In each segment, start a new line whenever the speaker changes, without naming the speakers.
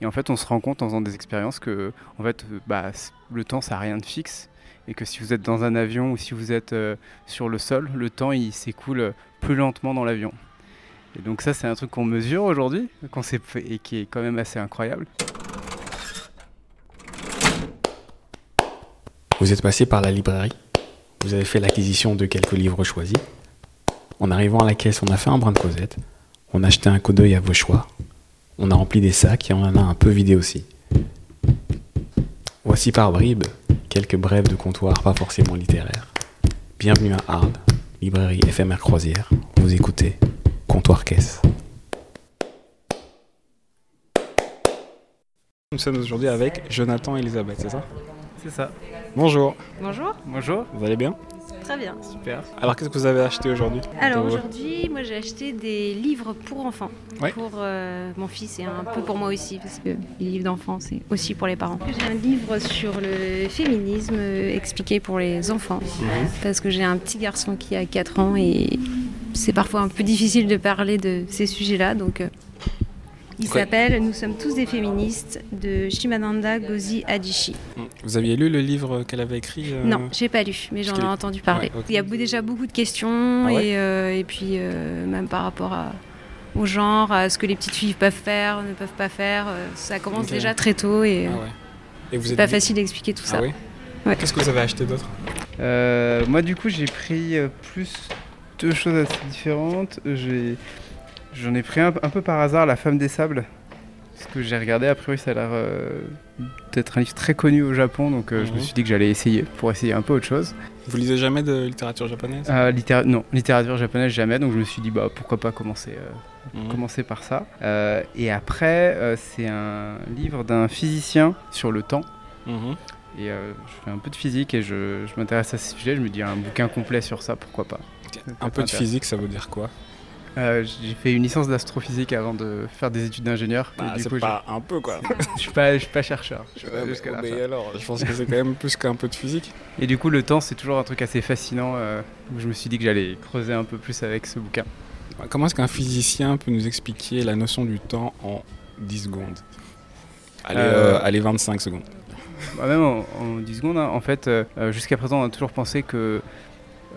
Et en fait, on se rend compte en faisant des expériences que en fait, euh, bah, c- le temps, ça n'a rien de fixe. Et que si vous êtes dans un avion ou si vous êtes euh, sur le sol, le temps, il s'écoule euh, plus lentement dans l'avion. Et donc ça, c'est un truc qu'on mesure aujourd'hui qu'on sait, p- et qui est quand même assez incroyable.
Vous êtes passé par la librairie. Vous avez fait l'acquisition de quelques livres choisis. En arrivant à la caisse, on a fait un brin de Cosette. On a acheté un coup d'œil à vos choix. On a rempli des sacs et on en a un peu vidé aussi. Voici par bribes quelques brèves de comptoir pas forcément littéraires. Bienvenue à Arles, librairie éphémère croisière. Vous écoutez Comptoir Caisse. Nous sommes aujourd'hui avec Jonathan et Elisabeth, c'est ça
C'est ça.
Bonjour,
Bonjour.
Bonjour.
vous allez bien
Très bien.
Super.
Alors qu'est-ce que vous avez acheté aujourd'hui
Alors
Pour-
aujourd'hui, moi j'ai acheté des livres pour enfants.
Ouais.
Pour euh, mon fils et un peu pour moi aussi, parce que les livres d'enfants, c'est aussi pour les parents. J'ai un livre sur le féminisme euh, expliqué pour les enfants, parce que j'ai un petit garçon qui a 4 ans et c'est parfois un peu difficile de parler de ces sujets-là, donc... euh, il
Ouais.
s'appelle Nous sommes tous des féministes de Shimananda Gozi Adichie.
Mm. Vous aviez lu le livre qu'elle avait écrit euh,
Non, j'ai pas lu, mais j'en
parce
ai
qu'il-
entendu parler.
Ouais, ok.
Il y a beau- déjà beaucoup de
Ah
questions,
ouais
et, euh, et puis euh, même par rapport à- au genre, à ce que les petites filles peuvent faire, ne peuvent pas faire, euh, ça commence
Ok.
déjà très tôt et
Ah
euh,
ouais. Et vous
c'est
êtes
pas facile d'expliquer tout
Ah
ça.
oui
Ouais.
Qu'est-ce que vous avez acheté d'autre
Euh, moi, du coup, j'ai pris euh, plus deux choses assez différentes. J'ai- J'en ai, pris un, un peu par hasard La femme des sables. Parce que j'ai regardé, a priori, ça a l'air euh, d'être un livre très connu au Japon. Donc, euh, je me
Mhm.
suis dit que j'allais essayer pour essayer un peu autre chose.
Vous lisez jamais de littérature japonaise
Euh, littéra- non, littérature japonaise, jamais. Donc, je me suis dit, bah, pourquoi pas commencer, euh,
Mhm.
commencer par ça. Euh, et après, euh, c'est un livre d'un physicien sur le temps.
Mhm.
Et euh, je fais un peu de physique et je, je m'intéresse à ce sujet. Je me dis un bouquin complet sur ça, pourquoi pas.
Un peu de physique, ça veut dire quoi
Euh, J'ai fait une licence d'astrophysique avant de faire des études d'ingénieur.
Bah,
et du
C'est
coup, je-
pas un peu quoi.
je, suis pas, je suis pas chercheur. Je suis pas
Ouais,
jusqu'à la
mais
fin.
alors, je pense que c'est quand même plus qu'un peu de physique.
Et du coup, le temps, c'est toujours un truc assez fascinant. euh, où je me suis dit que j'allais creuser un peu plus avec ce bouquin.
Comment est-ce qu'un physicien peut nous expliquer la notion du temps en 10 secondes Allez,
Euh,
euh, allez, 25 secondes.
Bah, même en, en 10 secondes, hein, en fait, euh, euh, jusqu'à présent, on a toujours pensé que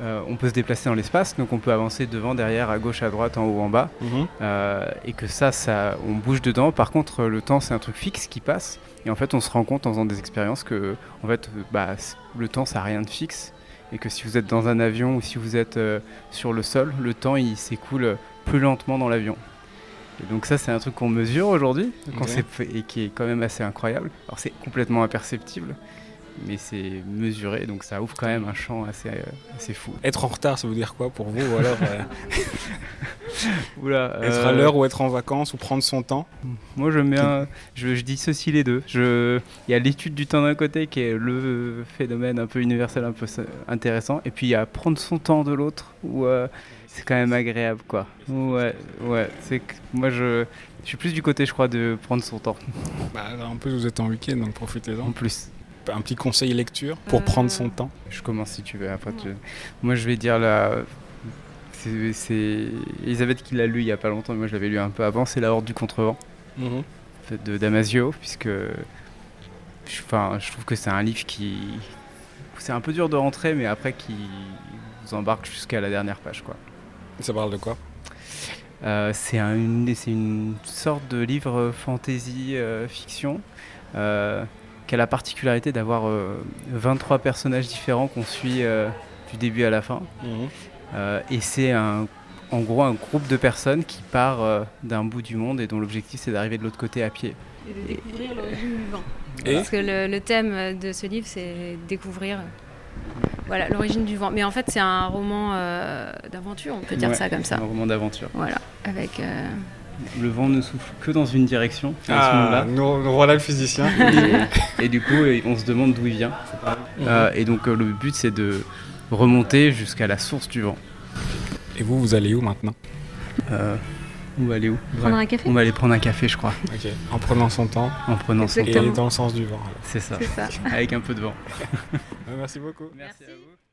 euh, on peut se déplacer dans l'espace, donc on peut avancer devant, derrière, à gauche, à droite, en haut, en bas.
Mhm.
Euh, et que ça, ça, on bouge dedans. Par contre, euh, le temps, c'est un truc fixe qui passe. Et en fait, on se rend compte en faisant des expériences que, en fait, euh, bah, c- le temps, ça n'a rien de fixe. Et que si vous êtes dans un avion ou si vous êtes euh, sur le sol, le temps, il s'écoule euh, plus lentement dans l'avion. Et donc ça, c'est un truc qu'on mesure aujourd'hui, qu'on
Ok.
sait p- et qui est quand même assez incroyable. Alors c'est complètement imperceptible, mais c'est mesuré, donc ça ouvre quand même un champ assez, euh, assez fou.
Être en retard, ça veut dire quoi pour vous Ou alors euh,
Oula,
être à
euh,
l'heure ou être en vacances ou prendre son temps
Moi, je mets un- je, je dissocie les deux. Je- Il y a l'étude du temps d'un côté qui est le phénomène un peu universel, un peu s- intéressant, et puis il y a prendre son temps de l'autre où euh, c'est quand même agréable, quoi. Ouais, ouais. C'est que moi, je, je suis plus du côté, je crois, de prendre son temps
Bah, En plus, vous êtes en week-end, donc profitez-en.
en plus.
Un petit conseil lecture pour prendre son temps.
Je commence si tu veux. Après, tu- moi, je vais dire la. c'est- C'est Elisabeth qui l'a lu il y a pas longtemps, mais moi je l'avais lu un peu avant. C'est La Horde du Contrevent.
Mhm.
de Damasio, puisque je, enfin, je trouve que c'est un livre qui. C'est un peu dur de rentrer, mais après qui vous embarque jusqu'à la dernière page. quoi.
Ça parle de quoi
Euh, c'est un- une, c'est une sorte de livre euh, fantasy euh, fiction euh, qui a la particularité d'avoir euh, 23 personnages différents qu'on suit euh, du début à la fin.
Mhm.
Euh, et c'est un- en gros un groupe de personnes qui part euh, d'un bout du monde et dont l'objectif c'est d'arriver de l'autre côté à pied.
Et de découvrir l'origine du vent.
Et
Parce que le, le thème de ce livre, c'est découvrir euh, voilà, l'origine du vent. Mais en fait, c'est un roman euh, d'aventure, on peut dire
Ouais,
ça comme
C'est
ça.
un roman d'aventure.
Voilà, avec... euh,
Le vent ne souffle que dans une direction
Ah,
à
nous, nous voilà le physicien.
ce moment-là. Et, et du coup, euh, on se demande d'où il vient. Euh, et donc, euh, le but, c'est de remonter jusqu'à la source du vent.
Et vous, vous allez où maintenant
Euh, on va aller où
Prendre un café
On va aller prendre un café, je crois,
En prenant son temps
en prenant son
et
temps.
Exactement.
dans le sens du vent. alors.
C'est ça,
C'est ça.
avec un peu de vent.
Ouais, Euh, Merci beaucoup.
Merci à vous.